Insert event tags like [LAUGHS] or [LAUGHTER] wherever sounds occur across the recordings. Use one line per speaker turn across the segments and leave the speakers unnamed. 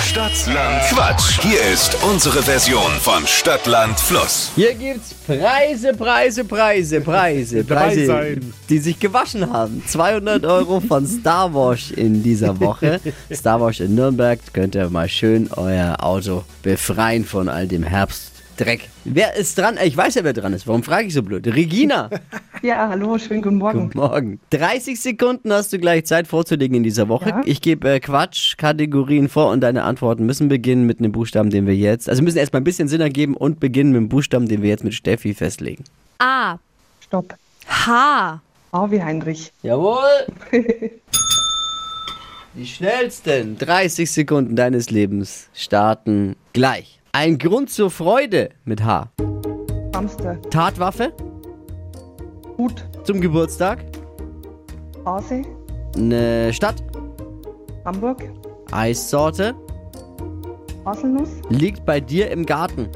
Stadtland Quatsch. Hier ist unsere Version von Stadtland Fluss.
Hier gibt's Preise, Preise, Preise, Preise,
Drei
Preise,
sein.
die sich gewaschen haben. 200 Euro von Star Wars in dieser Woche. Star Wars in Nürnberg könnt ihr mal schön euer Auto befreien von all dem Herbstdreck. Wer ist dran? Ich weiß ja, wer dran ist. Warum frage ich so blöd? Regina,
Ja, hallo, schönen guten Morgen.
guten Morgen. 30 Sekunden hast du gleich Zeit vorzulegen in dieser Woche.
Ja.
Ich gebe äh, Quatsch-Kategorien vor und deine Antworten müssen beginnen mit einem Buchstaben, den wir jetzt, also müssen erstmal ein bisschen Sinn ergeben und beginnen mit dem Buchstaben, den wir jetzt mit Steffi festlegen.
A.
Stopp.
H.
A wie Heinrich.
[LAUGHS] Jawohl! Die schnellsten 30 Sekunden deines Lebens starten gleich. Ein Grund zur Freude mit H.
Hamster.
Tatwaffe
Hut.
zum Geburtstag.
Hase.
Eine Stadt.
Hamburg.
Eissorte.
Haselnuss.
Liegt bei dir im Garten.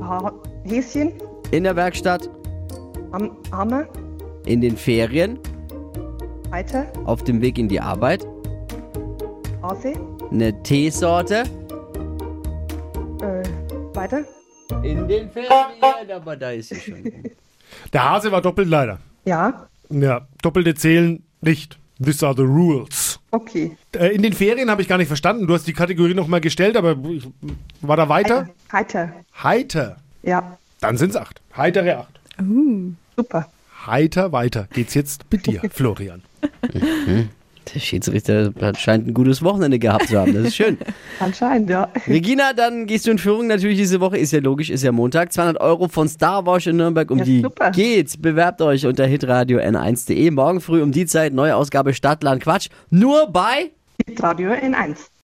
Ha Häschen.
In der Werkstatt.
Ham Hammer.
In den Ferien.
Weiter.
Auf dem Weg in die Arbeit.
Hase.
Eine Teesorte.
Äh, weiter.
In den Ferien. Aber da ist sie schon.
Der Hase war doppelt leider.
Ja,
Ja, doppelte zählen nicht. These are the rules.
okay.
Äh, in den Ferien habe ich gar nicht verstanden. Du hast die Kategorie nochmal gestellt, aber ich, war da weiter?
Heiter.
Heiter.
Ja,
Dann sind's acht. Heitere acht.
super.
Heiter weiter. Geht's [LAUGHS] jetzt mit dir, Florian.
Der Schiedsrichter hat- scheint ein gutes Wochenende gehabt zu haben. Das ist [LAUGHS] schön.
Anscheinend, ja. [LAUGHS]
Regina, dann gehst du in Führung natürlich diese Woche. Ist ja logisch, ist ja Montag. 200 Euro von Star Wars in Nürnberg. Um
Ja,
die
super.
geht's. Bewerbt euch unter hitradio n1.de. Morgen früh um die Zeit neue Ausgabe Stadtland Quatsch. Nur bei
Radio N1.